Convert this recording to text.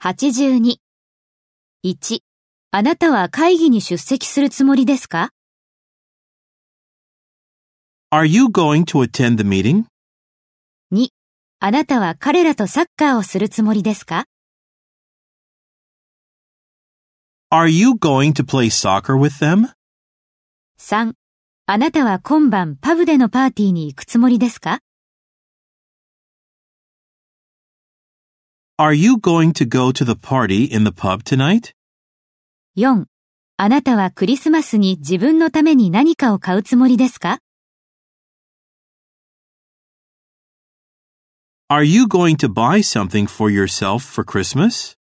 82。1、あなたは会議に出席するつもりですか Are you going to attend the meeting? 2、あなたは彼らとサッカーをするつもりですか Are you going to play soccer with them? 3、あなたは今晩パブでのパーティーに行くつもりですか Are you going to go to the party in the pub tonight? 4. あなたはクリスマスに自分のために何かを買うつもりですか Are you going to buy something for yourself for Christmas?